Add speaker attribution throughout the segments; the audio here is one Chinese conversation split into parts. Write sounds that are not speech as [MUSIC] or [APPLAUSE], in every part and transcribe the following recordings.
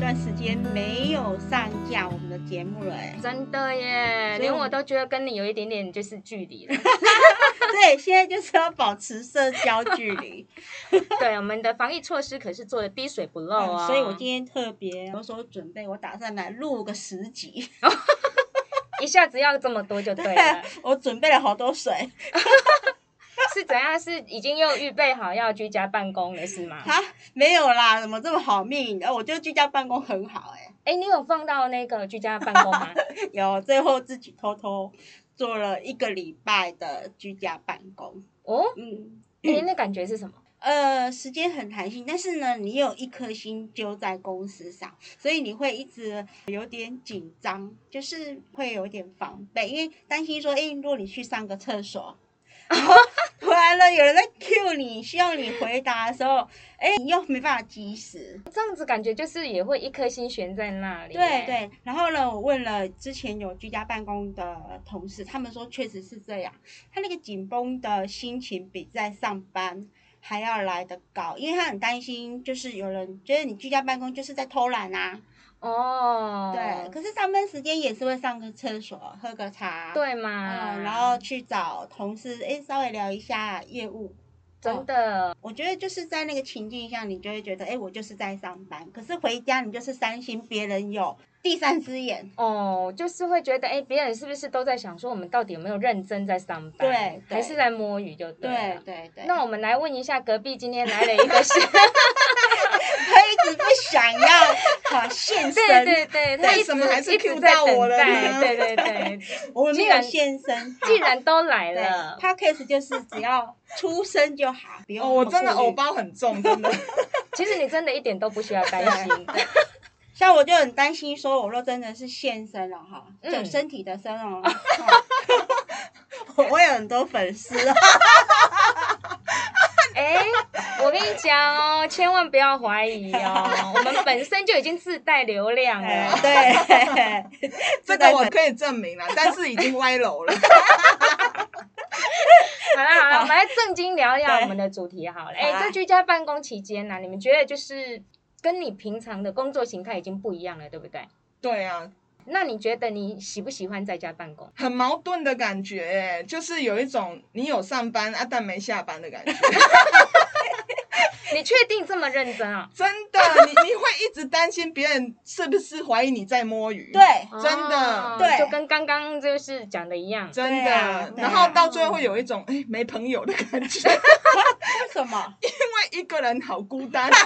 Speaker 1: 段时间没有上架我们的节目了、
Speaker 2: [LAUGHS]
Speaker 1: 哎
Speaker 2: 真的耶，
Speaker 1: 所以
Speaker 2: 连
Speaker 1: 我
Speaker 2: 我都觉得跟你有一点点就是距
Speaker 1: [LAUGHS]
Speaker 2: 离了。
Speaker 1: 对，现在就是要保持社交距离。
Speaker 2: 对，我们的防疫措施可是做的滴水不 [LAUGHS] 漏
Speaker 1: 嗯
Speaker 2: 哦。
Speaker 1: 所以我今天特别有所准备，我打算来录个十集。
Speaker 2: 一下子要这么多就对啊了，
Speaker 1: [LAUGHS] 我准备了好多水。
Speaker 2: 是怎样？是已经又预备好要居家办公了是吗？
Speaker 1: 哈，没有啦，怎么这么好命？呃，我觉得居家办公很好哎、
Speaker 2: 哎，你有放到那个居家办
Speaker 1: [LAUGHS]
Speaker 2: 公吗？
Speaker 1: 有最后自己偷偷做了一个礼拜的居家办公，
Speaker 2: 哦，
Speaker 1: 嗯，
Speaker 2: 哎，那感觉是什么？
Speaker 1: 呃，时间很弹性，但是呢，你有一颗心揪在公司上，所以你会一直有点紧张，就是会有点防备，因为担心说，哎、如果你去上个厕所，然后突然呢有人在 cue 你，需要你回答的时候，哎、你又没办法及时，
Speaker 2: 这样子感觉就是也会一颗心悬在那里。
Speaker 1: 对。对，然后呢，我问了之前有居家办公的同事，他们说确实是这样，他那个紧绷的心情比在上班还要来得高，因为他很担心，就是有人觉得你居家办公就是在偷懒啊，
Speaker 2: 哦。
Speaker 1: 对，可是上班时间也是会上个厕所，喝个茶，，
Speaker 2: 对嘛。
Speaker 1: 嗯，然后去找同事，哎，稍微聊一下业务。
Speaker 2: 真的，
Speaker 1: 我觉得就是在那个情境下，你就会觉得，哎，我就是在上班。可是回家，你就是担心别人有第三只眼，
Speaker 2: 哦，就是会觉得，哎，别人是不是都在想说我们到底有没有认真在上班？
Speaker 1: 对对
Speaker 2: 还是在摸鱼就对啊
Speaker 1: 对
Speaker 2: 了。
Speaker 1: 对对，
Speaker 2: 那我们来问一下，隔壁今天来了一个
Speaker 3: [LAUGHS]
Speaker 2: 是，
Speaker 1: 他一直不想要好现
Speaker 2: 对
Speaker 1: 身，
Speaker 2: 对对，他
Speaker 3: 为
Speaker 2: 一
Speaker 3: 什
Speaker 2: 直
Speaker 3: 么还是
Speaker 2: 一直
Speaker 3: cue
Speaker 2: 在
Speaker 3: 到
Speaker 2: 等
Speaker 3: 我了
Speaker 2: 待
Speaker 3: 呢
Speaker 2: 对对
Speaker 3: [LAUGHS]
Speaker 2: 对，
Speaker 1: 我们没
Speaker 2: 既
Speaker 1: 有
Speaker 2: 然
Speaker 1: 现身。
Speaker 2: 既然都来
Speaker 1: 对
Speaker 2: 了，
Speaker 1: ，podcast 就是只要出声就 [LAUGHS] 好，不用
Speaker 3: 哦，我
Speaker 1: 那么
Speaker 3: 真的
Speaker 1: 顾虑
Speaker 3: 偶。包很重，
Speaker 1: [LAUGHS]
Speaker 3: 真的。
Speaker 2: 其实你真的一点都不需要担心。
Speaker 1: 像我就很担心，说我若真的是现身了哈，
Speaker 2: 嗯
Speaker 1: 就身体的身 [LAUGHS] 哦。我有很多粉丝哦，
Speaker 2: 哎，我跟你讲哦，千万不要怀疑哦，我们本身就已经自带流量
Speaker 1: 哎
Speaker 2: 了。
Speaker 1: [LAUGHS] 对，
Speaker 3: 这个我可以证明了，但是已经歪楼了。
Speaker 1: [LAUGHS]
Speaker 2: 好啦好啦，我们来正经聊一下
Speaker 1: 对
Speaker 2: 我们的主题好了。
Speaker 1: 好
Speaker 2: 哎，
Speaker 1: 啊
Speaker 2: 在居家办公期间呢、你们觉得就是跟你平常的工作形态已经不一样了，对不对？
Speaker 3: 对啊，
Speaker 2: 那你觉得你喜不喜欢在家办公？
Speaker 3: 很矛盾的感觉、欸，就是有一种你有上班啊，但没下班的感觉。
Speaker 2: 你确定这么认真啊、
Speaker 3: 真的，你你会一直担心别人是不是怀疑你在摸鱼？
Speaker 1: 对，
Speaker 2: 哦？
Speaker 3: 真的
Speaker 1: 对
Speaker 2: 就跟刚刚就是讲的一样。
Speaker 3: 真
Speaker 1: 对
Speaker 3: 的。
Speaker 1: 啊对啊
Speaker 3: 然后到最后会有一种哎、没朋友的感觉，
Speaker 1: 为什么
Speaker 3: 因为一个人好孤单。
Speaker 1: [LAUGHS]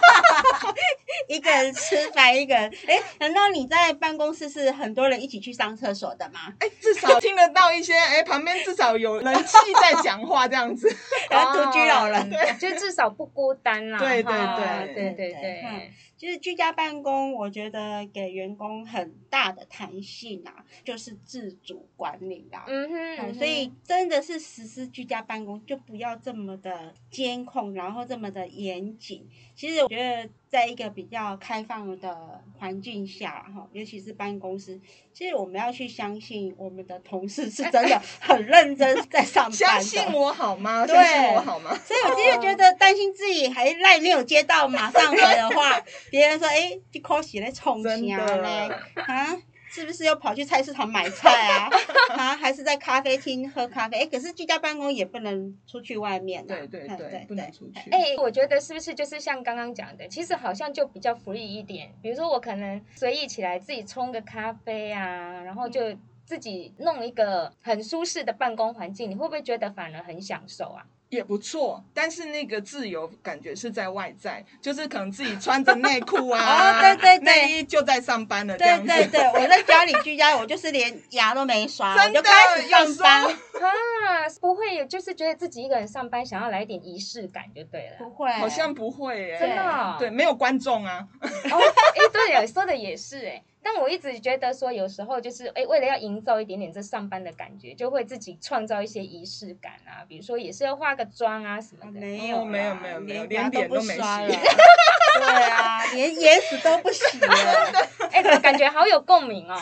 Speaker 1: 一个人吃饭，一个人？哎，难道你在办公室是很多人一起去上厕所的吗？
Speaker 3: 哎、至少听得到一些哎、旁边至少有人气在讲话这样子。
Speaker 1: 然后啊独居老人，
Speaker 2: 哦，就至少不孤单啦。
Speaker 3: 对对
Speaker 2: 哈
Speaker 3: 对
Speaker 2: 对
Speaker 1: 对
Speaker 2: 对
Speaker 1: 对
Speaker 2: 对
Speaker 1: 嗯。就是居家办公，我觉得给员工很大的弹性啊，就是自主管理啦、
Speaker 2: 嗯哼，嗯
Speaker 1: 嗯
Speaker 2: 哼
Speaker 1: 所以真的是实施居家办公，就不要这么的监控，然后这么的严谨。其实我觉得，在一个比较开放的环境下，哈，尤其是办公室，其实我们要去相信我们的同事是真的很认真在上班的。
Speaker 3: 相信我好吗？
Speaker 1: 对
Speaker 3: 相信我好吗？
Speaker 1: 所以我今天觉得担心自己还赖没有接到马上回的
Speaker 3: [LAUGHS]
Speaker 1: 话，别人说哎，这可喜在冲啥
Speaker 3: 真
Speaker 1: 嘞
Speaker 3: 的？
Speaker 1: 啊，是不是又跑去菜市场买菜
Speaker 3: [LAUGHS]
Speaker 1: 啊？啊，还是在咖啡厅喝咖啡？哎，可是居家办公也不能出去外面啊。
Speaker 3: 对对
Speaker 1: 嗯
Speaker 3: 对，不能出去。
Speaker 2: 哎、我觉得是不是就是像刚刚讲的，其实好像就比较 free 一点。比如说我可能随意起来自己冲个咖啡啊，然后
Speaker 3: 嗯
Speaker 2: 就自己弄一个很舒适的办公环境，你会不会觉得反而很享受啊？
Speaker 3: 也不错，但是那个自由感觉是在外在，就是可能自己穿着内裤啊，
Speaker 1: 哦对对对
Speaker 3: 内衣就在上班了这
Speaker 1: 对
Speaker 3: 样子。
Speaker 1: 对对，我在家里居家，我就是连牙都没刷，我
Speaker 3: [LAUGHS] 真的
Speaker 1: 就开始上
Speaker 3: 有
Speaker 1: 班
Speaker 3: 时。
Speaker 2: 啊，不会有，就是觉得自己一个人上班，想要来一点仪式感就对了。
Speaker 1: 不会，
Speaker 3: [LAUGHS] 好像不会耶、
Speaker 2: 真的哦
Speaker 3: 对，没有观众啊，
Speaker 2: 哦，哎、对了，说的也是哎、但我一直觉得说，有时候就是哎、为了要营造一点点这上班的感觉，就会自己创造一些仪式感啊，比如说也是要化个妆啊什么的。
Speaker 1: 没有啦
Speaker 3: 哦没有没有没有
Speaker 1: 连牙
Speaker 3: 连脸
Speaker 1: 不
Speaker 3: 都没
Speaker 1: 刷了 [LAUGHS]
Speaker 3: 洗。
Speaker 1: 对啊，连眼屎都不洗了。
Speaker 2: 哎、怎么感觉好有共鸣哦。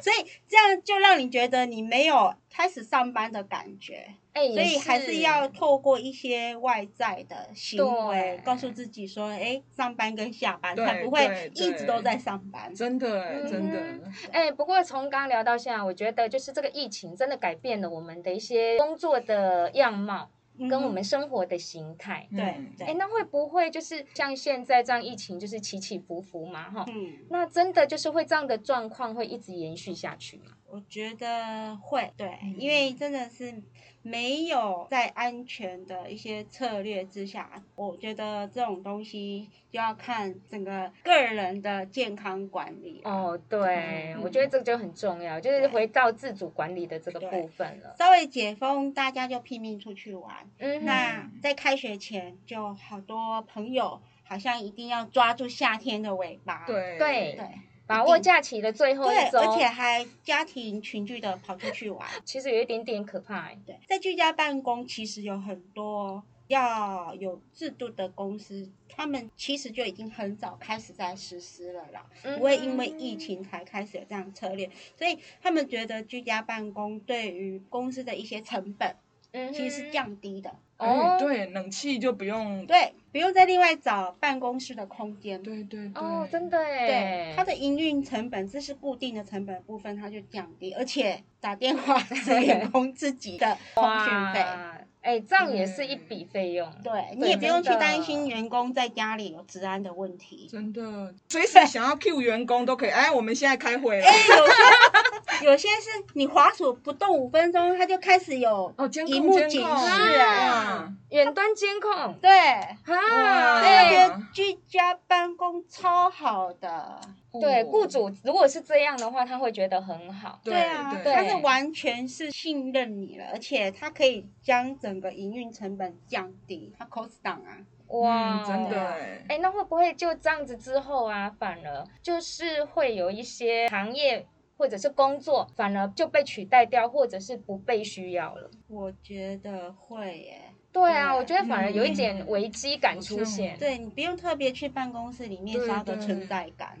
Speaker 1: 所以这样就让你觉得你没有开始上班的感觉，
Speaker 2: 哎、
Speaker 1: 所以
Speaker 2: 也
Speaker 1: 还是要透过一些外在的行为
Speaker 2: 对，
Speaker 1: 告诉自己说，哎，上班跟下班
Speaker 3: 对
Speaker 1: 才不
Speaker 3: 对
Speaker 1: 会
Speaker 3: 对
Speaker 1: 一直都在上班。
Speaker 3: 真的哎、真
Speaker 2: 嗯
Speaker 3: 的，
Speaker 2: 哎、不过从刚聊到现在，我觉得就是这个疫情真的改变了我们的一些工作的样貌，
Speaker 1: 嗯
Speaker 2: 跟我们生活的形态。
Speaker 1: 对
Speaker 3: 嗯
Speaker 1: 对
Speaker 2: 哎、那会不会就是像现在这样疫情就是起起伏伏嘛，哈？
Speaker 1: 嗯，
Speaker 2: 那真的就是会这样的状况会一直延续下去吗？
Speaker 1: 我觉得会对，
Speaker 3: 嗯
Speaker 1: 因为真的是没有在安全的一些策略之下，我觉得这种东西就要看整个个人的健康管理啊、
Speaker 2: 哦，对，
Speaker 1: 嗯
Speaker 2: 我觉得这个就很重要，就是回到自主管理的这个
Speaker 1: 对
Speaker 2: 部分了。
Speaker 1: 稍微解封，大家就拼命出去玩。
Speaker 2: 嗯哼，
Speaker 1: 那在开学前，就好多朋友好像一定要抓住夏天的尾巴，
Speaker 3: 对
Speaker 2: 对
Speaker 1: 对
Speaker 2: 把握假期的最后
Speaker 1: 对
Speaker 2: 一，周，
Speaker 1: 而且还家庭群聚的跑出去玩。
Speaker 2: 其实有一点点可怕、欸。
Speaker 1: 对，在居家办公其实有很多要有制度的公司，他们其实就已经很早开始在实施了啦，
Speaker 2: 嗯
Speaker 1: 不会因为疫情才开始有这样策略，所以他们觉得居家办公对于公司的一些成本
Speaker 2: 嗯哼，
Speaker 1: 其实是降低的，
Speaker 3: 哎、
Speaker 2: 哦
Speaker 3: 对，冷气就不用，
Speaker 1: 对，不用再另外找办公室的空间。
Speaker 3: 对对对，
Speaker 2: 哦，真的哎
Speaker 1: 对，，它的营运成本，这是固定的成本部分，它就降低，而且打电话是员工自己的通讯费，
Speaker 2: 哇，哎，这样也是一笔费用。
Speaker 1: 对你也不用去
Speaker 2: 真的
Speaker 1: 担心员工在家里有治安的问
Speaker 3: [LAUGHS]
Speaker 1: 题。
Speaker 3: 真的，随时想要 Q 员工都可以。哎，我们现在开会了。
Speaker 1: 哎，有些 [LAUGHS] 有些是你滑鼠不动五分钟，它就开始有
Speaker 3: 哦，监
Speaker 1: 荧
Speaker 3: 控
Speaker 1: 幕
Speaker 3: 监
Speaker 1: 警
Speaker 3: 控
Speaker 1: 示
Speaker 3: 哇
Speaker 1: 啊
Speaker 2: 远端监控
Speaker 1: 对，
Speaker 2: 啊，
Speaker 3: 哇
Speaker 1: 所以我
Speaker 2: 对
Speaker 1: 觉得居家办公超好的。
Speaker 2: 对，
Speaker 3: 哦
Speaker 2: 雇主如果是这样的话，他会觉得很好。
Speaker 3: 对
Speaker 1: 啊，
Speaker 3: 对嗯
Speaker 1: 他是完全是信任你了，而且他可以将整个营运成本降低，他 cost down 啊。
Speaker 2: 哇，
Speaker 3: 嗯真的哎
Speaker 2: 哎，那会不会就这样子之后啊，反而就是会有一些行业或者是工作，反而就被取代掉，或者是不被需要了？
Speaker 1: 我觉得会耶，
Speaker 2: 对啊，
Speaker 1: 对
Speaker 2: 我觉得反而有一点
Speaker 3: 嗯
Speaker 2: 危机感出现。
Speaker 3: 好像 [LAUGHS]
Speaker 1: 对你不用特别去办公室里面
Speaker 3: 对
Speaker 1: 刷个
Speaker 3: 对
Speaker 1: 存在感，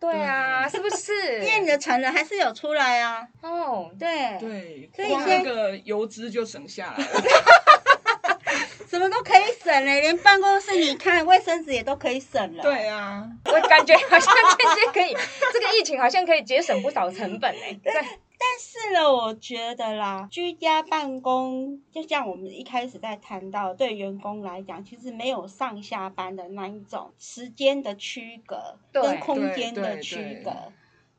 Speaker 2: 对啊，是不是？
Speaker 1: 因
Speaker 3: [LAUGHS]
Speaker 1: 为你的成人还是有出来啊。
Speaker 2: 哦，
Speaker 1: 对，
Speaker 3: 对，
Speaker 1: 所以
Speaker 3: 光
Speaker 1: 现在
Speaker 3: 那个油脂就省下来了。 [LAUGHS]
Speaker 1: 什么都可以省嘞，连办公室你看卫生纸也都可以省了。
Speaker 3: 对啊，
Speaker 2: 我感觉好像这些可以，这个疫情好像可以节省不少成本哎、
Speaker 1: [LAUGHS]
Speaker 2: 在
Speaker 1: 是了，我觉得啦，居家办公就像我们一开始在谈到，对员工来讲，其实没有上下班的那一种时间的区隔
Speaker 2: 对
Speaker 1: 跟空间的
Speaker 3: 对
Speaker 1: 区
Speaker 3: 对
Speaker 1: 隔，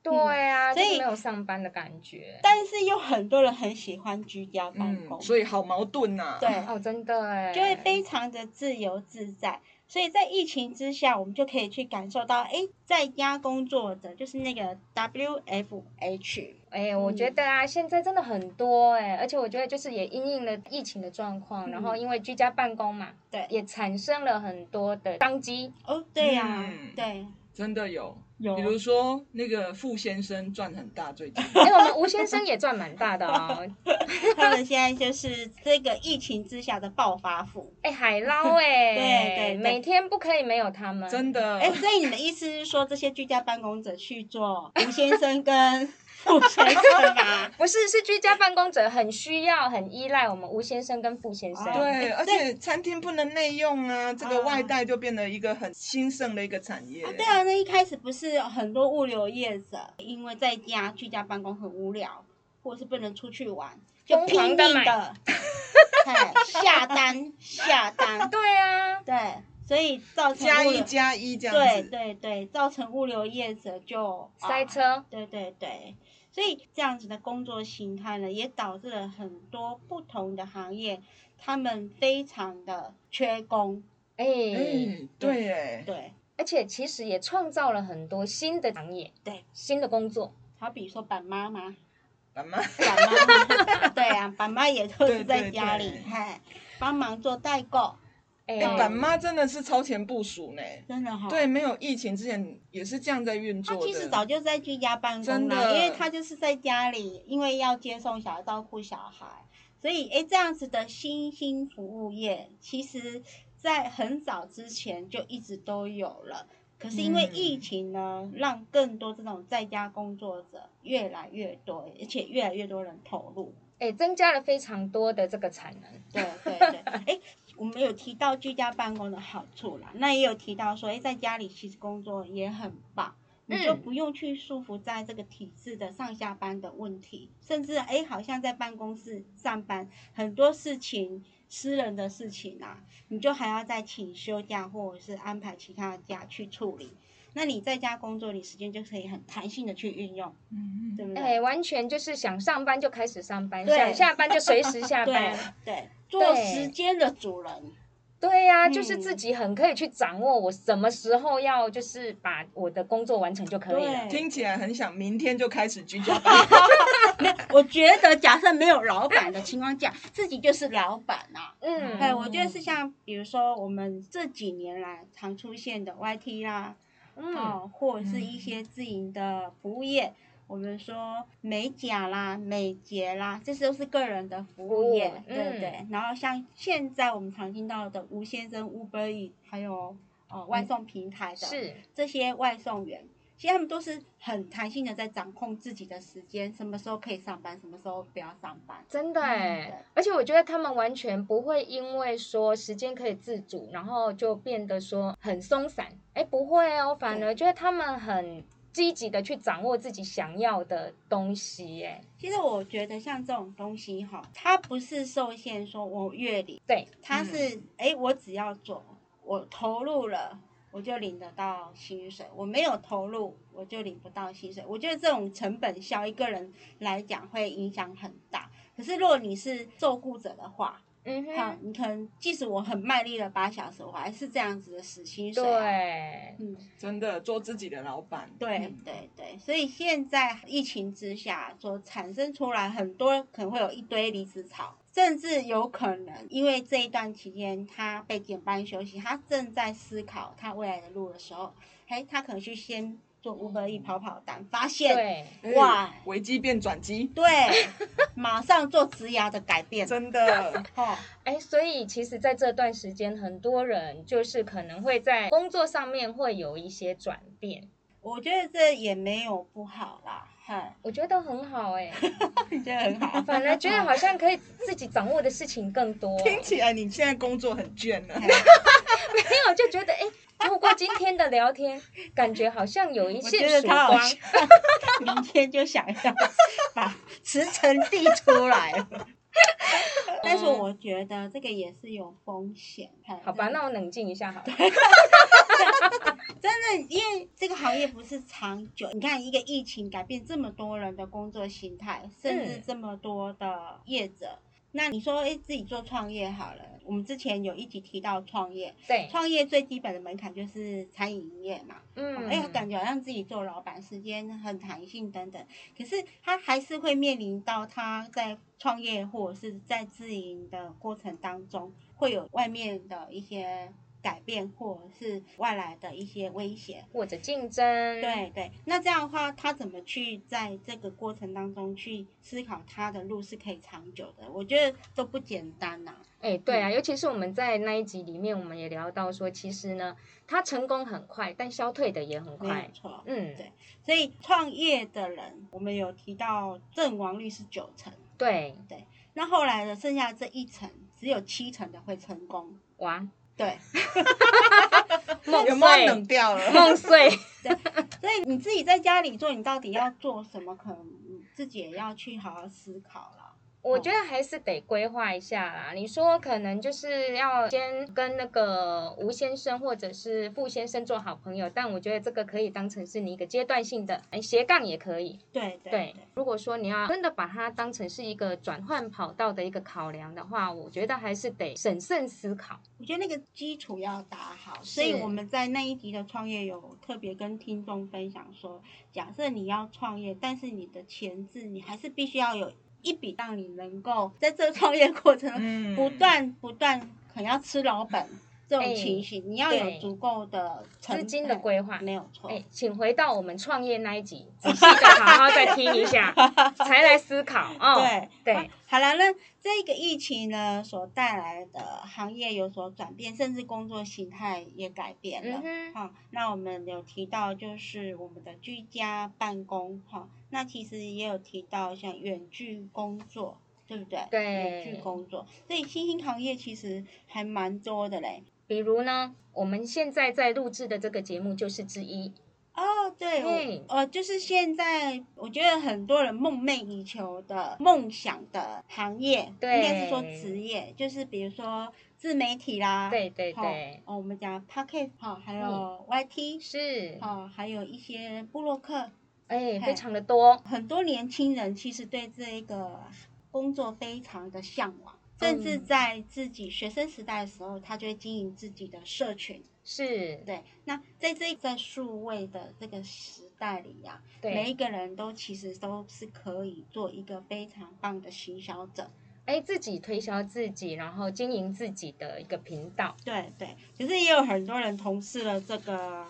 Speaker 2: 对啊，
Speaker 1: 所以
Speaker 2: 就是没有上班的感觉。
Speaker 1: 但是又很多人很喜欢居家办公，
Speaker 3: 嗯，所以好矛盾
Speaker 1: 哦
Speaker 3: 呐、
Speaker 1: 对
Speaker 2: 哦，真的哎、
Speaker 1: 就会非常的自由自在。所以在疫情之下，我们就可以去感受到，哎，在家工作者就是那个 WFH，
Speaker 2: 哎、
Speaker 1: 嗯
Speaker 2: 我觉得啊，现在真的很多哎、而且我觉得就是也因应了疫情的状况，然后因为居家办公嘛，
Speaker 1: 嗯对
Speaker 2: 也产生了很多的商机。
Speaker 1: 哦，对呀、
Speaker 3: 嗯
Speaker 1: 对，
Speaker 3: 真的有。
Speaker 1: 有
Speaker 3: 比如说那个傅先生赚很大，
Speaker 1: [LAUGHS]
Speaker 3: 最近
Speaker 2: 哎、我们吴先生也赚蛮大的哦，
Speaker 1: 他们现在就是这个疫情之下的暴发户。
Speaker 2: 哎、海捞哎、
Speaker 1: [LAUGHS] 对对对
Speaker 2: 每天不可以没有他们，
Speaker 3: 真的
Speaker 1: 哎、所以你们意思是说，这些居家办公者去做吴先生跟 [LAUGHS] 傅先生吗？
Speaker 2: 不是，是居家办公者很需要、很依赖我们吴先生跟傅先生。
Speaker 1: 哦
Speaker 3: 对，
Speaker 1: 哎
Speaker 3: 而且餐厅不能内用啊，这个
Speaker 1: 啊
Speaker 3: 外带就变得一个很兴盛的一个产业。
Speaker 1: 对啊，那一开始不是有很多物流业者，因为在家居家办公很无聊，或是不能出去玩，就
Speaker 2: 疯
Speaker 1: 拼
Speaker 2: 狂
Speaker 1: 命
Speaker 2: 地
Speaker 1: [LAUGHS]
Speaker 2: 买
Speaker 1: 的哎下单下单，
Speaker 2: 对啊，
Speaker 1: 对，所以造成
Speaker 3: 加
Speaker 1: 物
Speaker 3: 一
Speaker 1: 流
Speaker 3: 加一这样
Speaker 1: 对
Speaker 3: 子。哎
Speaker 1: 对对，造成物流业者就
Speaker 2: 塞
Speaker 1: 啊
Speaker 2: 车。
Speaker 1: 对对对，所以这样子的工作形态呢，也导致了很多不同的行业，他们非常的缺工。
Speaker 2: 哎、
Speaker 1: 嗯
Speaker 3: 哎，对，哎，
Speaker 1: 对，
Speaker 2: 而且其实也创造了很多新的行业，
Speaker 1: 对，
Speaker 2: 新的工作。
Speaker 1: 好比说板妈妈，
Speaker 3: 妈妈， [LAUGHS]
Speaker 1: 板妈妈，对啊，板妈也都
Speaker 3: 对
Speaker 1: 是在
Speaker 3: 对
Speaker 1: 家
Speaker 3: 对
Speaker 1: 里，嘿，帮忙做代购，
Speaker 2: 哎、
Speaker 3: 哎，板妈真的是超前部署呢。
Speaker 1: 真的哈、
Speaker 3: 对，，没有疫情之前也是这样在运
Speaker 1: 哦她
Speaker 3: 作的。
Speaker 1: 其实早就在居家办公
Speaker 3: 真
Speaker 1: 了，
Speaker 3: 的
Speaker 1: 因为她就是在家里，因为要接送小孩、照顾小孩，所以诶这样子的新兴服务业，其实在很早之前就一直都有了。可是因为
Speaker 3: 嗯
Speaker 1: 疫情呢，让更多这种在家工作者越来越多，而且越来越多人投入。
Speaker 2: 哎、哎，增加了非常多的这个产能。
Speaker 1: 对对对，哎，我们有提到居家办公的好处啦，那也有提到说，哎，在家里其实工作也很棒。你就
Speaker 2: 嗯
Speaker 1: 不用去束缚在这个体制的上下班的问题，甚至哎，好像在办公室上班，很多事情私人的事情啊，你就还要再请休假或者是安排其他的假去处理。那你在家工作，你时间就可以很弹性的去运用，
Speaker 3: 嗯
Speaker 1: 对不对？
Speaker 2: 哎，完全就是想上班就开始上班，
Speaker 1: 对
Speaker 2: 想下班就随时
Speaker 1: [LAUGHS]
Speaker 2: 下
Speaker 1: 对
Speaker 2: 班。
Speaker 1: 对，做
Speaker 2: 对
Speaker 1: 时间的主人，
Speaker 2: 对呀、就是
Speaker 1: 嗯
Speaker 2: 自己很可以去掌握我什么时候要就是把我的工作完成就可以啊
Speaker 1: 对
Speaker 2: 了。
Speaker 3: 嗯听起来很想明天就开始居
Speaker 1: [LAUGHS]
Speaker 3: 家办公。
Speaker 1: 我觉得，假设没有老板的情况下，自己就是老板啊。
Speaker 2: 嗯，
Speaker 1: 哎，
Speaker 3: 嗯
Speaker 1: 我觉得是像比如说我们这几年来常出现的 YT 啦，
Speaker 2: 嗯，
Speaker 1: 哦，或者是一些自营的服务业，我们说美甲啦、美睫啦，这些都是个人的服务业，
Speaker 2: 服务嗯
Speaker 1: 对不对？然后像现在我们常听到的吴先生、Uber E，还有呃外送平台的，
Speaker 2: 是，
Speaker 1: 这些外送员，其实他们都是很弹性的在掌控自己的时间，什么时候可以上班，什么时候不要上班。
Speaker 2: 真的哎、
Speaker 1: 嗯对
Speaker 2: 而且我觉得他们完全不会因为说时间可以自主，然后就变得说很松散，哎、不会哦，反而觉得他们很积极的去掌握自己想要的东西、哎，
Speaker 1: 其实我觉得像这种东西哈，它不是受限说我月领，
Speaker 2: 对，
Speaker 1: 它是哎、诶我只要做，我投入了。我就领得到薪水，我没有投入，我就领不到薪水。我觉得这种成本效益，个人来讲会影响很大。可是如果你是受雇者的话，
Speaker 2: 嗯
Speaker 1: 好，
Speaker 2: 哼，
Speaker 1: 你可能即使我很卖力了八小时，我还是这样子的死薪水、啊。
Speaker 2: 对，
Speaker 1: 嗯，
Speaker 3: 真的做自己的老板。
Speaker 1: 对对对，所以现在疫情之下所产生出来很多可能会有一堆离职潮，甚至有可能因为这一段期间他被减班休息，他正在思考他未来的路的时候，哎，他可能去先做 Uber E 跑跑单，发现
Speaker 2: 对，
Speaker 3: 嗯
Speaker 1: 哇，
Speaker 3: 危机变转机，
Speaker 1: 对，马上做职涯的改变，
Speaker 3: 真的。
Speaker 1: 哦，
Speaker 2: 哎，所以其实在这段时间，很多人就是可能会在工作上面会有一些转变，
Speaker 1: 我觉得这也没有不好啦，哼，
Speaker 2: 我觉得很好
Speaker 1: [LAUGHS]
Speaker 2: 哎、
Speaker 1: 觉得很好，
Speaker 2: 反而觉得好像可以自己掌握的事情更多。
Speaker 3: 听起来你现在工作很倦呢。
Speaker 2: 没有就觉得哎，透过今天的聊天，感觉好像有一
Speaker 1: 我觉
Speaker 2: 线
Speaker 1: 得
Speaker 2: 曙
Speaker 1: 他好
Speaker 2: 光。
Speaker 1: 像 [LAUGHS] 明天就想要把辞呈递出来嗯了。但是我觉得这个也是有风险，
Speaker 2: 好吧，
Speaker 1: 真的
Speaker 2: 那我冷静一下好了。
Speaker 1: 真的，因为这个行业不是长久。你看，一个疫情改变这么多人的工作形态，甚至
Speaker 2: 嗯
Speaker 1: 这么多的业者。那你说，哎，自己做创业好了。我们之前有一集提到创业，
Speaker 2: 对，
Speaker 1: 创业最基本的门槛就是餐饮营业嘛。
Speaker 2: 嗯，
Speaker 1: 哎、呀，感觉好像自己做老板，时间很弹性等等，可是他还是会面临到他在创业或者是在自营的过程当中，会有外面的一些改变，或者是外来的一些威胁。
Speaker 2: 或者竞争，
Speaker 1: 对对，那这样的话，他怎么去在这个过程当中去思考他的路是可以长久的？我觉得都不简单呐、
Speaker 2: 哎，对
Speaker 1: 嗯
Speaker 2: 啊，尤其是我们在那一集里面，我们也聊到说，其实呢，他成功很快，但消退的也很
Speaker 1: 没有
Speaker 2: 快。
Speaker 1: 错。
Speaker 2: 嗯，
Speaker 1: 对所以创业的人，我们有提到阵亡率是九成。
Speaker 2: 对，
Speaker 1: 那后来的剩下这一层，只有七成的会成功。 [LAUGHS]
Speaker 2: 哇，
Speaker 1: 对，
Speaker 2: 梦
Speaker 3: 有没有冷
Speaker 2: 碎，
Speaker 3: 掉了？
Speaker 2: 梦碎，
Speaker 1: 所以你自己在家里做，你到底要做什么，可能你自己也要去好好思考了。
Speaker 2: 我觉得还是得规划一下啦。你说可能就是要先跟那个吴先生或者是傅先生做好朋友，但我觉得这个可以当成是你一个阶段性的，哎，斜杠也可以。
Speaker 1: 对对
Speaker 2: 对
Speaker 1: 对，
Speaker 2: 如果说你要真的把它当成是一个转换跑道的一个考量的话，我觉得还是得审慎思考。
Speaker 1: 我觉得那个基础要打好。所以
Speaker 2: 是
Speaker 1: 我们在那一集的创业有特别跟听众分享说，假设你要创业，但是你的前置你还是必须要有一笔让你能够在这个创业过程中
Speaker 3: 嗯
Speaker 1: 不断不断可能要吃老本这种
Speaker 2: 哎
Speaker 1: 情形，你要有
Speaker 2: 对
Speaker 1: 足够的成
Speaker 2: 资金的
Speaker 1: 本
Speaker 2: 规划
Speaker 1: 没有错。
Speaker 2: 哎，请回到我们创业那一集，仔细的好好再听一
Speaker 1: [LAUGHS]
Speaker 2: 下，才来思考哦。
Speaker 1: 对
Speaker 2: 对，
Speaker 1: 好了，那这个疫情呢所带来的行业有所转变，甚至工作形态也改变了。
Speaker 2: 嗯哼，
Speaker 1: 好、那我们有提到就是我们的居家办公，哈、那其实也有提到像远距工作，对不对？
Speaker 2: 对
Speaker 1: 远距工作，所以新兴行业其实还蛮多的嘞。
Speaker 2: 比如呢，我们现在在录制的这个节目就是之一，
Speaker 1: 哦，对，
Speaker 2: 嗯
Speaker 1: 我呃，就是现在我觉得很多人梦寐以求的梦想的行业，
Speaker 2: 对
Speaker 1: 应该是说职业，就是比如说自媒体啦，
Speaker 2: 对对
Speaker 1: 齁，
Speaker 2: 对，嗯
Speaker 1: 哦，我们讲 podcast 哈、还有 YT
Speaker 2: 是，
Speaker 1: 哦，还有一些部落客，
Speaker 2: 哎，
Speaker 1: 嘿
Speaker 2: 非常的多，
Speaker 1: 很多年轻人其实对这一个工作非常的向往，甚至
Speaker 2: 嗯
Speaker 1: 在自己学生时代的时候，他就会经营自己的社群。
Speaker 2: 是，
Speaker 1: 对，那在这在数位的这个时代里呀、每一
Speaker 2: 对，
Speaker 1: 个人都其实都是可以做一个非常棒的行销者。
Speaker 2: 哎，自己推销自己，然后经营自己的一个频道，
Speaker 1: 对对，可是也有很多人从事了这个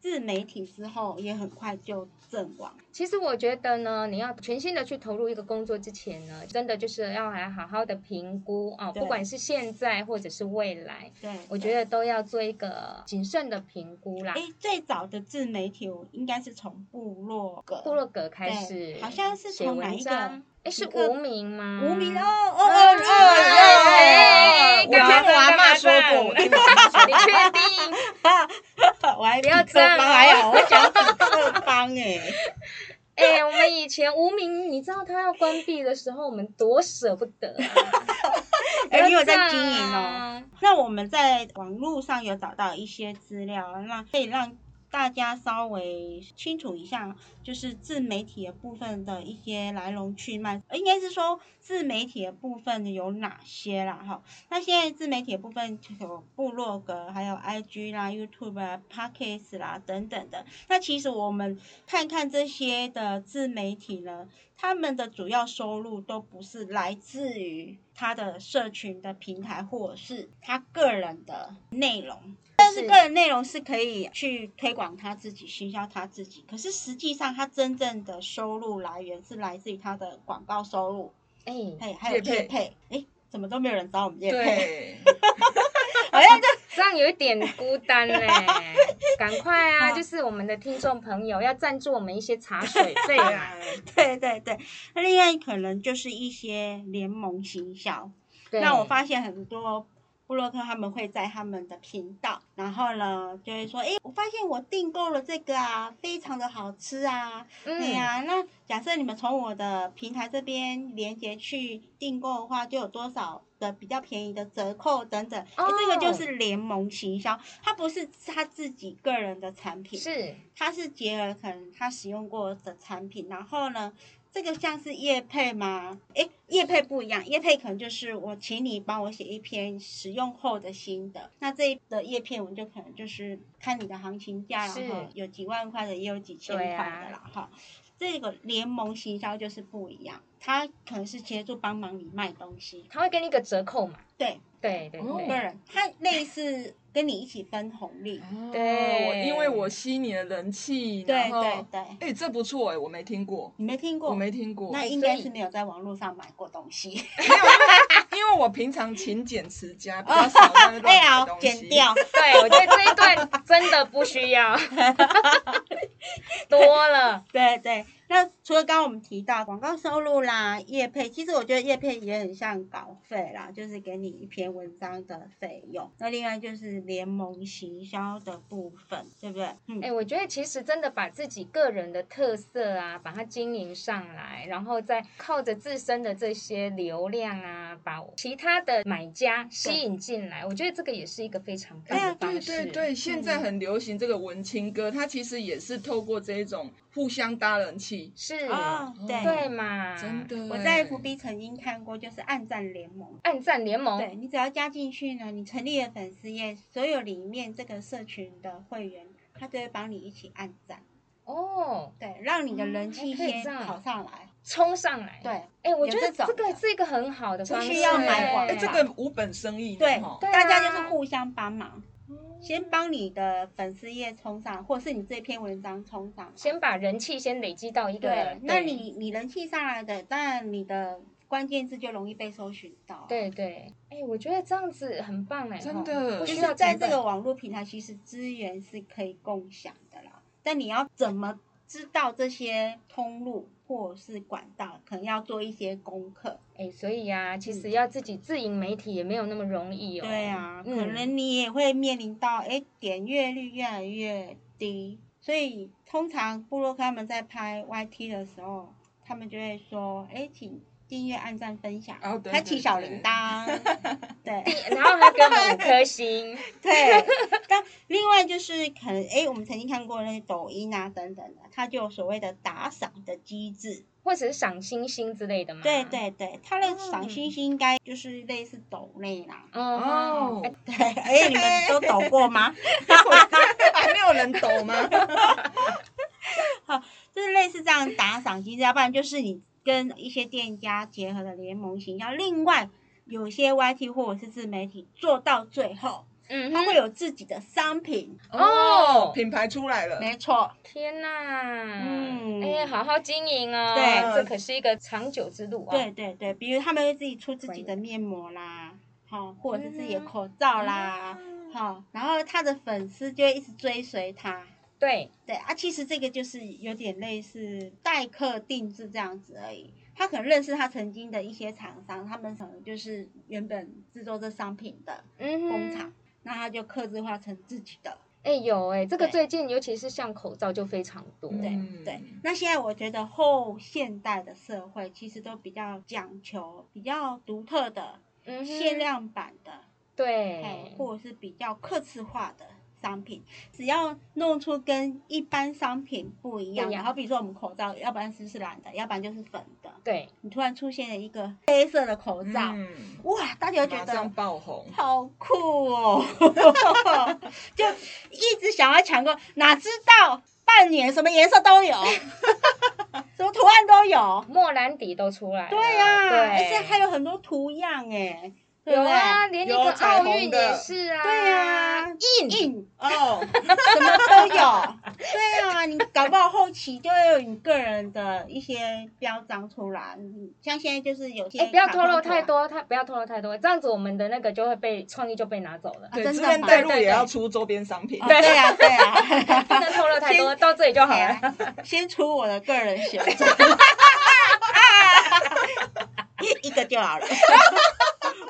Speaker 1: 自媒体之后，也很快就阵亡。
Speaker 2: 其实我觉得呢，你要全心的去投入一个工作之前呢，真的就是要来好好的评估啊、
Speaker 1: 对
Speaker 2: 不管是现在或者是未来，
Speaker 1: 对，
Speaker 2: 我
Speaker 1: 对
Speaker 2: 觉得都要做一个谨慎的评估啦。
Speaker 1: 诶，最早的自媒体我应该是从部落格，
Speaker 2: 部落格开
Speaker 1: 对
Speaker 2: 始，
Speaker 1: 好像是
Speaker 2: 写
Speaker 1: 从哪
Speaker 2: 文
Speaker 1: 一个
Speaker 2: 章？哎，是
Speaker 1: 一个
Speaker 2: 无名吗？
Speaker 1: 无名哦，
Speaker 2: 哦。
Speaker 1: 哦哦哦
Speaker 2: 哎哎哎
Speaker 1: 哦，
Speaker 3: 我跟我阿妈说过，我跟你妈说
Speaker 2: 你确定？
Speaker 1: 我还
Speaker 2: 不要
Speaker 1: 比
Speaker 2: 这样
Speaker 1: 各方
Speaker 2: 哦
Speaker 1: 还好，我讲比各方哎，
Speaker 2: [LAUGHS] 哎、我们以前无名，你知道他要关闭的时候，我们多舍不得、啊。
Speaker 1: 哎，你有
Speaker 2: 不要
Speaker 1: 在
Speaker 2: 这
Speaker 1: 经
Speaker 2: 样
Speaker 1: 营哦。
Speaker 2: 啊？
Speaker 1: 那我们在网络上有找到一些资料，那可以让大家稍微清楚一下，就是自媒体的部分的一些来龙去脉，呃应该是说自媒体的部分有哪些啦，哈。那现在自媒体的部分有部落格，还有 IG 啦、YouTube 啊、Podcast 啦等等的。那其实我们看看这些的自媒体呢，他们的主要收入都不是来自于他的社群的平台或者是他个人的内容，但是
Speaker 2: 是
Speaker 1: 个人内容是可以去推广他自己、行销他自己。可是实际上，他真正的收入来源是来自于他的广告收入，
Speaker 2: 哎、
Speaker 1: 嘿，还有
Speaker 3: 业配
Speaker 1: 业配，诶，怎么都没有人找我们业配？
Speaker 3: 对，
Speaker 1: 好像就
Speaker 2: 这样有一点孤单嘞、赶快啊！
Speaker 1: 好
Speaker 2: 就是我们的听众朋友要赞助我们一些
Speaker 1: [LAUGHS]
Speaker 2: 茶水费
Speaker 3: 对
Speaker 2: 啊
Speaker 3: 啊，
Speaker 1: 对对对，那另外可能就是一些联盟行销。
Speaker 2: 对
Speaker 1: 那我发现很多布洛克他们会在他们的频道，然后呢就会说，诶，我发现我订购了这个啊，非常的好吃啊，
Speaker 2: 嗯
Speaker 1: 对呀、那假设你们从我的平台这边连接去订购的话，就有多少的比较便宜的折扣等等，诶这个
Speaker 2: 哦
Speaker 1: 就是联盟行销，它不是他自己个人的产品，
Speaker 2: 是
Speaker 1: 它是结合可能他使用过的产品，然后呢，这个像是叶配吗？诶，叶配不一样，叶配可能就是我请你帮我写一篇使用后的心得，那这一的叶片我就可能就是看你的行情价啦，
Speaker 2: 是
Speaker 1: 然后有几万块的，也有几千块
Speaker 2: 对啊
Speaker 1: 的啦，哈、这个联盟行销就是不一样，它可能是协助帮忙你卖东西，
Speaker 2: 他会给你一个折扣嘛？
Speaker 1: 对，
Speaker 2: 对对
Speaker 3: 哦
Speaker 1: 个
Speaker 2: 对，
Speaker 1: 人，它类似跟你一起分红利，
Speaker 2: 对
Speaker 3: 我因为我吸你的人气，
Speaker 1: 对
Speaker 3: 然后
Speaker 1: 对对，
Speaker 3: 哎、这不错哎、我没听过，
Speaker 1: 你没听过？
Speaker 3: 我没听过，
Speaker 1: 那
Speaker 3: 没
Speaker 1: 应该
Speaker 2: 所以
Speaker 1: 是没有在网络上买过东 [LAUGHS] 西。
Speaker 3: 有，因为因为我平常勤俭持家，比较少在
Speaker 1: 哎
Speaker 3: 乱买
Speaker 1: 呀
Speaker 3: 东，西。
Speaker 1: 剪 [LAUGHS] 掉。
Speaker 2: 对我觉得这一段真的不需
Speaker 1: [LAUGHS]
Speaker 2: 要，多了，
Speaker 1: 对对，那除了刚刚我们提到广告收入啦、业配，其实我觉得业配也很像稿费啦，就是给你一篇文章的费用。那另外就是联盟行销的部分，对不对？嗯，
Speaker 2: 哎、我觉得其实真的把自己个人的特色啊，把它经营上来，然后再靠着自身的这些流量啊，把其他的买家吸引进来，我觉得这个也是一个非常棒
Speaker 1: 哎呀
Speaker 2: 的
Speaker 3: 对
Speaker 2: 方式。
Speaker 3: 对对，现
Speaker 1: 嗯
Speaker 3: 在很流行这个文青歌，它其实也是透过这种互相搭人气，
Speaker 2: 是，
Speaker 1: 哦，对，
Speaker 2: 对嘛，
Speaker 3: 真。的欸。
Speaker 1: 啊我在 FB 曾经看过，就是暗战联盟。
Speaker 2: 暗战联盟，
Speaker 1: 对你只要加进去呢，你成立了粉丝页，所有里面这个社群的会员，他都会帮你一起暗赞，
Speaker 2: 哦，
Speaker 1: 对，让你的人气
Speaker 2: 哦还可
Speaker 1: 先
Speaker 2: 以这样
Speaker 1: 跑上来。
Speaker 2: 冲上来。，
Speaker 1: 对，
Speaker 2: 哎，我
Speaker 1: 有
Speaker 2: 觉得
Speaker 1: 这种
Speaker 2: 这个
Speaker 1: 的
Speaker 2: 是一个很好的方式，
Speaker 1: 不需要买广
Speaker 3: 哎，
Speaker 1: 告
Speaker 3: 这个无本生意呢，
Speaker 1: 对
Speaker 3: 齁，
Speaker 2: 对啊
Speaker 1: 大家就是互相帮忙，先帮你的粉丝页冲上，或是你这篇文章冲上。
Speaker 2: 先把人气先累积到一个，
Speaker 1: 对，那你你人气上来的，当然你的关键字就容易被搜寻到。，
Speaker 2: 对对，哎，我觉得这样子很棒哎，
Speaker 3: 真
Speaker 2: 哦
Speaker 3: 的
Speaker 2: 不
Speaker 1: 就
Speaker 2: 需
Speaker 1: 是
Speaker 2: 要
Speaker 1: 在
Speaker 2: 成
Speaker 1: 这
Speaker 2: 本
Speaker 1: 个网络平台，其实资源是可以共享的啦，但你要怎么知道这些通路或是管道，可能要做一些功课。
Speaker 2: 哎，所以呀、其实要自己自营媒体也没有那么容易哦。
Speaker 1: 嗯对啊，可
Speaker 2: 嗯
Speaker 1: 能你也会面临到，哎、点阅率越来越低，所以通常布洛克他们在拍 YT 的时候，他们就会说，哎、请订阅、按赞、分享，
Speaker 3: 哦对
Speaker 1: 开
Speaker 3: 对
Speaker 1: 启小
Speaker 3: 对
Speaker 1: 铃铛，
Speaker 3: [LAUGHS]
Speaker 1: 对
Speaker 2: 然后还给我们五颗星，
Speaker 1: 对。但另外就是可能，哎、我们曾经看过那些抖音啊等等的，它就有所谓的打赏的机制。
Speaker 2: 或者是赏星星之类的嘛。
Speaker 1: 对。对对，它的赏
Speaker 3: 嗯
Speaker 1: 星星应该就是类似抖类啦。[LAUGHS]
Speaker 2: 哦
Speaker 3: 哦，
Speaker 2: 哎
Speaker 1: 对，哎、你们都抖过吗？
Speaker 3: 还没有人懂 [LAUGHS] 吗？
Speaker 1: 就是类似这样打赏机制，啊要不然就是你跟一些店家结合的联盟行销。另外，有些 YT 或者是自媒体做到最后，
Speaker 2: 嗯
Speaker 1: 它
Speaker 2: 哼，
Speaker 1: 会有自己的商品。
Speaker 2: 哦
Speaker 3: 品牌出来了，
Speaker 1: 没错，
Speaker 2: 天呐，
Speaker 1: 嗯
Speaker 2: 哎，好好经营哦，
Speaker 1: 对
Speaker 2: 这可是一个长久之路啊。
Speaker 1: 对对对，比如他们会嗯自己出自己的面膜啦，好、或者是自己的口罩啦，好、然后他的粉丝就会一直追随他。
Speaker 2: 对，
Speaker 1: 对啊，其实这个就是有点类似代客定制这样子而已。他可能认识他曾经的一些厂商，他们可能就是原本制作这商品的
Speaker 2: 嗯哼
Speaker 1: 工厂，那他就刻制化成自己的。
Speaker 2: 哎、有哎、这个
Speaker 1: 对
Speaker 2: 最近尤其是像口罩就非常多。
Speaker 1: 对、
Speaker 3: 嗯
Speaker 1: 对。那现在我觉得后现代的社会其实都比较讲求比较独特的、
Speaker 2: 嗯哼，
Speaker 1: 限量版的，哎
Speaker 2: 对，，
Speaker 1: 或者是比较客制化的商品，只要弄出跟一般商品不一样
Speaker 2: 不
Speaker 1: 的，
Speaker 2: 一样
Speaker 1: 好比说我们口罩，要不然就是蓝的，要不然就是粉的，
Speaker 2: 对，
Speaker 1: 你突然出现了一个黑色的口罩，
Speaker 3: 嗯，
Speaker 1: 哇，大家就觉
Speaker 3: 马上
Speaker 1: 得。
Speaker 3: 爆红，
Speaker 1: 好酷哦！ [LAUGHS] 就一直想要抢购，哪知道半年什么颜色都有，什么图案都有。
Speaker 2: 莫兰迪都出来了。
Speaker 1: 对呀、
Speaker 2: [LAUGHS] 对，
Speaker 1: 而且欸还有很多图样哎，对不
Speaker 2: 有
Speaker 1: 对？
Speaker 2: 啊，连一个
Speaker 3: 有彩
Speaker 2: 奥
Speaker 3: 虹
Speaker 2: 运
Speaker 3: 的
Speaker 2: 也是啊。
Speaker 1: 对呀、呃印印 [LAUGHS]
Speaker 3: 哦，
Speaker 1: 什么都有。对啊，你搞不好后期就会有你个人的一些标章出来，嗯像现在就是有些、
Speaker 2: 哎、不要透露太。多，他不要透露太多，这样子我们的那个就会被创意就被拿走了，
Speaker 1: 啊真
Speaker 3: 对，
Speaker 1: 的
Speaker 3: 自
Speaker 1: 吗
Speaker 3: 愿带入
Speaker 2: 对对
Speaker 3: 也要出周边商品
Speaker 1: 哦、，对啊，对啊，
Speaker 2: 不能透露太多，到这里就好
Speaker 1: 哎 [LAUGHS]
Speaker 2: 了。
Speaker 1: 先出我的个人选 [LAUGHS] 择，一一个就好了。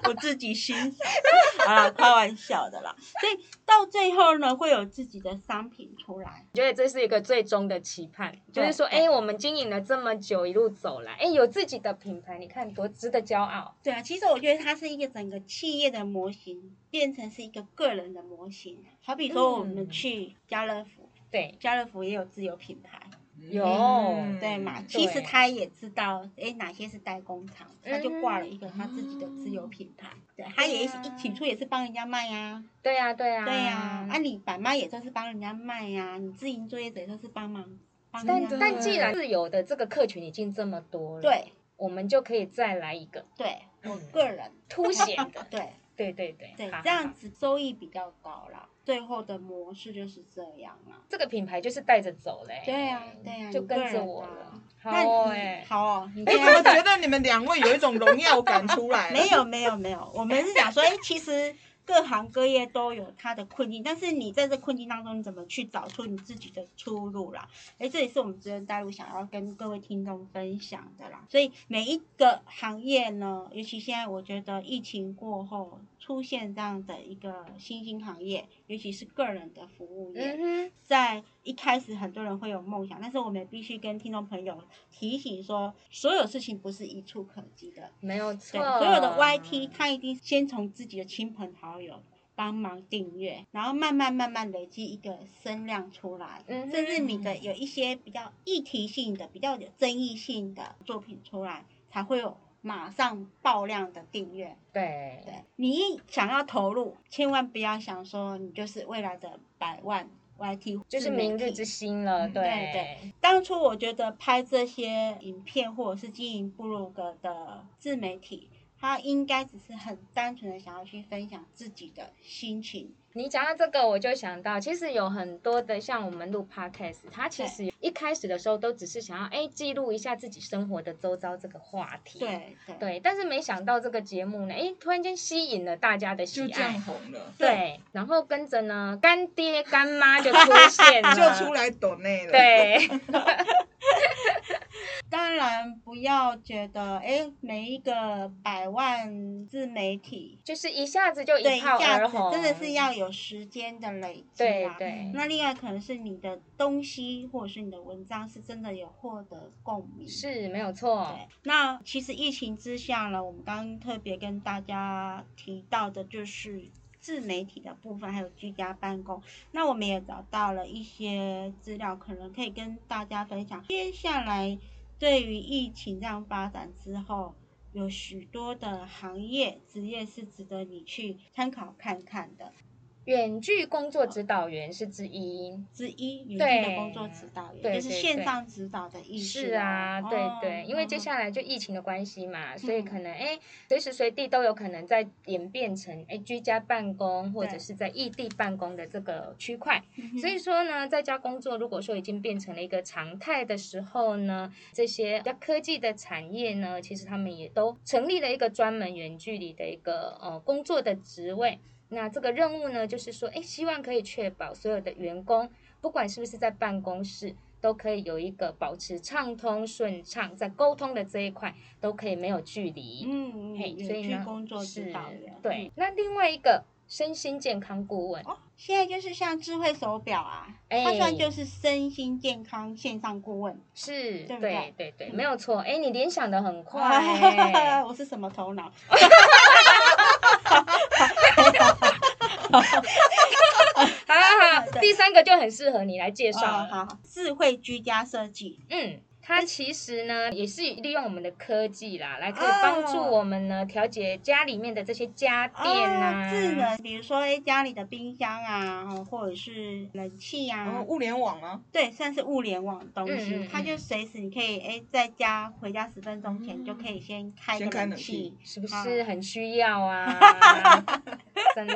Speaker 1: 我自己欣赏， [LAUGHS] 好啦，开玩笑的啦。所以到最后呢，会有自己的商品出来。
Speaker 2: 我觉得这是一个最终的期盼，就是说，哎、
Speaker 1: 对
Speaker 2: 我们经营了这么久，一路走来，哎、有自己的品牌，你看多值得骄傲。
Speaker 1: 对啊，其实我觉得它是一个整个企业的模型变成是一个个人的模型。好比说我们
Speaker 2: 嗯
Speaker 1: 去家乐福，
Speaker 2: 对，
Speaker 1: 家乐福也有自有品牌，
Speaker 2: 有
Speaker 3: 嗯
Speaker 1: 对嘛？其实
Speaker 2: 对
Speaker 1: 他也知道，诶哪些是代工厂，他就挂了一个
Speaker 3: 嗯
Speaker 1: 他自己的自有品牌。对，他也是一起初也是帮人家卖呀、
Speaker 2: 对呀、对呀、
Speaker 1: 对呀、啊，你摆卖也都是帮人家卖呀、你自营作业者也都是帮忙帮人
Speaker 2: 但
Speaker 1: 家
Speaker 3: 真的
Speaker 1: 卖
Speaker 2: 但既然自由的这个客群已经这么多了，，
Speaker 1: 对
Speaker 2: 我们就可以再来一个嗯
Speaker 1: 对，我个人
Speaker 2: 凸显的，
Speaker 1: 对
Speaker 2: 对对对
Speaker 1: 对
Speaker 2: 好，
Speaker 1: 这
Speaker 2: 好
Speaker 1: 样
Speaker 2: 好
Speaker 1: 子收益比较高啦。最后的模式就是这样啦。
Speaker 2: 这个品牌就是带着走嘞、
Speaker 1: 对呀、对呀、
Speaker 2: 就
Speaker 1: 你
Speaker 2: 跟
Speaker 1: 个
Speaker 2: 着
Speaker 1: 人
Speaker 2: 我
Speaker 1: 啊
Speaker 2: 了。好
Speaker 1: 那
Speaker 2: 哦
Speaker 1: 你
Speaker 2: 哎、
Speaker 1: 好哦，你
Speaker 3: 哎，
Speaker 1: 现
Speaker 3: 怎么
Speaker 1: 在
Speaker 3: 觉得你们两位有一种荣耀感出来？
Speaker 1: [LAUGHS] 没，有没有没有，我们是想说，哎，其实各行各业都有它的困境，但是你在这困境当中，你怎么去找出你自己的出路啦？哎，这也是我们职人带路想要跟各位听众分享的啦。所以每一个行业呢，尤其现在我觉得疫情过后出现这样的一个新兴行业，尤其是个人的服务业，
Speaker 2: 嗯
Speaker 1: 在一开始很多人会有梦想，但是我们也必须跟听众朋友提醒说，所有事情不是一触可及的。
Speaker 2: 哼，没有
Speaker 1: 对，
Speaker 2: 错，
Speaker 1: 所有的 YT 他一定先从自己的亲朋好友帮忙订阅，然后慢慢慢慢累积一个声量出来，
Speaker 2: 嗯哼
Speaker 1: 甚至你的有一些比较议题性的、比较有争议性的作品出来，才会有马上爆量的订阅。
Speaker 2: 对
Speaker 1: 对你一想要投入，千万不要想说你就是未来的百万 YT，
Speaker 2: 就是
Speaker 1: 自媒
Speaker 2: 明日
Speaker 1: 体
Speaker 2: 之星了，
Speaker 3: 嗯
Speaker 2: 对
Speaker 1: 对对当初我觉得拍这些影片或者是经营部落格的自媒体，他应该只是很单纯的想要去分享自己的心情。
Speaker 2: 你讲到这个，我就想到，其实有很多的像我们录 podcast，它其实一开始的时候都只是想要哎记录一下自己生活的周遭这个话题。。
Speaker 1: 对对
Speaker 2: 对，但是没想到这个节目呢，哎，突然间吸引了大家的喜
Speaker 3: 就这样
Speaker 2: 爱。
Speaker 3: 红
Speaker 1: [LAUGHS]
Speaker 3: 了，
Speaker 2: 对，然后跟着呢，干爹干妈就出
Speaker 1: [LAUGHS]
Speaker 2: 现了，
Speaker 3: 就出来抖内了。，
Speaker 2: 对，
Speaker 1: 当然不要觉得哎，每一个百万自媒体
Speaker 2: 就是一下子就
Speaker 1: 对
Speaker 2: 一
Speaker 1: 一
Speaker 2: 炮
Speaker 1: 下
Speaker 2: 而
Speaker 1: 子
Speaker 2: 红，
Speaker 1: 真的是要有时间的累积
Speaker 2: 对
Speaker 1: 啦。
Speaker 2: 对
Speaker 1: 那另外可能是你的东西或者是你的文章是真的有获得共鸣，
Speaker 2: 是没有错，
Speaker 1: 对，那其实疫情之下呢，我们刚刚特别跟大家提到的就是自媒体的部分，还有居家办公。那我们也找到了一些资料，可能可以跟大家分享。接下来对于疫情这样发展之后，有许多的行业职业是值得你去参考看看的。
Speaker 2: 远距工作
Speaker 1: 啊
Speaker 2: 指导员是之一。
Speaker 1: 之一，女性的
Speaker 2: 对
Speaker 1: 工作指导员，
Speaker 2: 对
Speaker 1: 就是
Speaker 2: 对
Speaker 1: 线
Speaker 2: 对
Speaker 1: 上指导的意思、
Speaker 2: 是啊，对
Speaker 1: 哦
Speaker 2: 对，因为接
Speaker 1: 嗯
Speaker 2: 下来就疫情的关系嘛，所以
Speaker 1: 嗯
Speaker 2: 可能哎，随时随地都有可能在演变成哎居家办公或
Speaker 1: 对
Speaker 2: 者是在异地办公的这个区块。
Speaker 1: 嗯哼
Speaker 2: 所以说呢，在家工作如果说已经变成了一个常态的时候呢，这些比较科技的产业呢，其实他们也都成立了一个专门远距离的一个呃工作的职位。那这个任务呢，就是说，哎，希望可以确保所有的员工，不管是不是在办公室，都可以有一个保持畅通顺畅，在沟通的这一块都可以没有距离。
Speaker 1: 嗯，
Speaker 2: 嘿，
Speaker 1: 嗯
Speaker 2: 所以
Speaker 1: 远距
Speaker 2: 呢，
Speaker 1: 工作
Speaker 2: 是
Speaker 1: 指导员，
Speaker 2: 对。
Speaker 1: 嗯
Speaker 2: 那另外一个身心健康顾问，
Speaker 1: 哦，现在就是像智慧手表啊，
Speaker 2: 哎
Speaker 1: 它算就是身心健康线上顾问。
Speaker 2: 是，
Speaker 1: 对不对
Speaker 2: 对对对，没有错。哎，你联想的很
Speaker 1: [LAUGHS]
Speaker 2: 快、
Speaker 1: 哇，[LAUGHS]
Speaker 2: 哎
Speaker 1: 我是什么头脑？
Speaker 2: 好好好
Speaker 1: 对，
Speaker 2: 第三个就很适合你来介
Speaker 1: 哦
Speaker 2: 绍啊了。
Speaker 1: 好，好智慧居家设计，
Speaker 2: 嗯，它其实呢也是利用我们的科技啦，来可以
Speaker 1: 哦
Speaker 2: 帮助我们呢调节家里面的这些家电
Speaker 1: 哦
Speaker 2: 啊，
Speaker 1: 智能，比如说哎家里的冰箱啊，哦或者是冷气
Speaker 3: 然后
Speaker 1: 啊，
Speaker 3: 物联网吗？
Speaker 1: 对，算是物联网的东西，
Speaker 2: 哦嗯嗯嗯
Speaker 1: 它就随时你可以哎在家回家十分钟前
Speaker 3: 嗯
Speaker 1: 就可以先开
Speaker 3: 先
Speaker 1: 个
Speaker 3: 开
Speaker 1: 冷
Speaker 3: 冷气
Speaker 1: 气，
Speaker 2: 是不
Speaker 1: 啊
Speaker 2: 是很需要
Speaker 1: [LAUGHS]
Speaker 2: 啊？真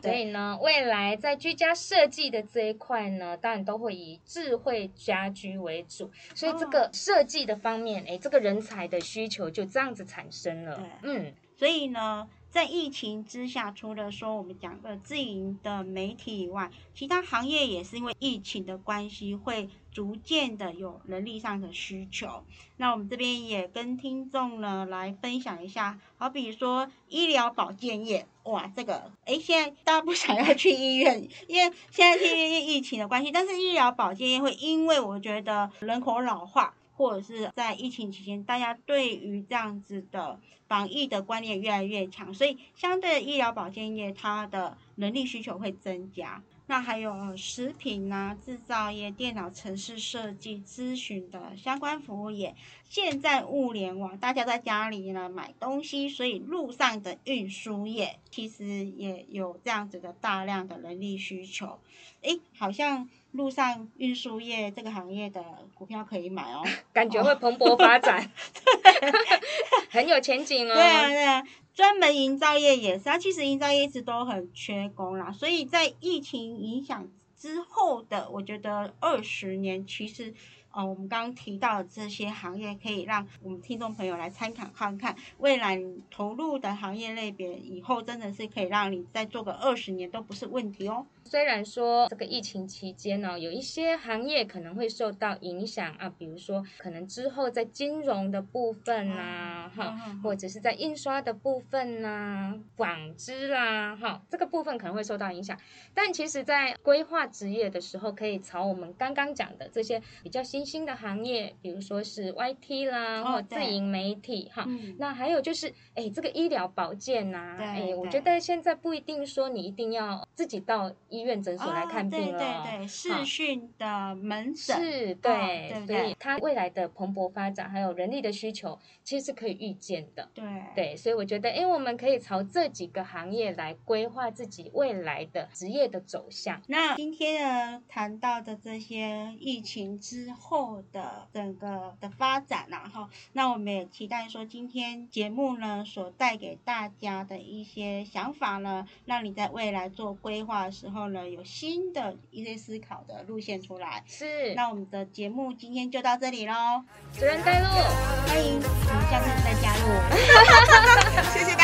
Speaker 1: 对
Speaker 2: 所以呢，未来在居家设计的这一块呢，当然都会以智慧家居为主，所以这个设计的方面，哎，这个人才的需求就这样子产生了
Speaker 1: 对。
Speaker 2: 嗯，
Speaker 1: 所以呢，在疫情之下，除了说我们讲的自营的媒体以外，其他行业也是因为疫情的关系，会逐渐的有人力上的需求。那我们这边也跟听众呢来分享一下，好比说医疗保健业。哇，这个诶，现在大家不 [LAUGHS] 想要去医院，因为现在是因为疫情的关系，但是医疗保健业会因为我觉得人口老化，或者是在疫情期间，大家对于这样子的防疫的观念越来越强，所以相对的医疗保健业它的人力需求会增加。那还有呃食品啊、制造业、电脑城市设计、咨询的相关服务业。现在物联网，大家在家里呢买东西，所以路上的运输业其实也有这样子的大量的人力需求。诶，好像路上运输业这个行业的股票可以买哦。
Speaker 2: 感觉会蓬勃发展， [LAUGHS] 很有前景哦。
Speaker 1: 对啊，对啊，专门营造业也是，它其实营造业一直都很缺工啦，所以在疫情影响之后的，我觉得二十年其实。呃，我们刚刚提到的这些行业，可以让我们听众朋友来参考看看，未来你投入的行业类别，以后真的是可以让你再做个二十年都不是问题哦。
Speaker 2: 虽然说这个疫情期间呢、有一些行业可能会受到影响啊，比如说可能之后在金融的部分呐、
Speaker 1: 嗯
Speaker 2: 哈、
Speaker 1: 嗯嗯
Speaker 2: 或者是在印刷的部分呐、纺织啦、哈，这个部分可能会受到影响。但其实，在规划职业的时候，可以朝我们刚刚讲的这些比较新兴的行业，比如说是 YT 啦，
Speaker 1: 哦
Speaker 2: 或
Speaker 1: 对
Speaker 2: 自营媒体哈，
Speaker 1: 嗯，
Speaker 2: 那还有就是，哎，这个医疗保健呐、
Speaker 1: 对
Speaker 2: 哎，我
Speaker 1: 对
Speaker 2: 觉得现在不一定说你一定要自己到医院诊所来看病
Speaker 1: 哦、
Speaker 2: 了。
Speaker 1: 对对对，视
Speaker 2: 好
Speaker 1: 讯的门诊，对
Speaker 2: 是，对，
Speaker 1: 不
Speaker 2: 所以
Speaker 1: 对
Speaker 2: 它未来的蓬勃发展还有人力的需求，其实是可以预见的。
Speaker 1: 对
Speaker 2: 对，所以我觉得，哎，我们可以朝这几个行业来规划自己未来的职业的走向。
Speaker 1: 那今天呢，谈到的这些疫情之后的整个的发展然、啊、后那我们也期待说今天节目呢所带给大家的一些想法呢，让你在未来做规划的时候呢，有新的一些思考的路线出来。
Speaker 2: 是，
Speaker 1: 那我们的节目今天就到这里喽，
Speaker 2: 主任带路。
Speaker 1: 欢迎我们下次再加入。
Speaker 3: 谢谢大家。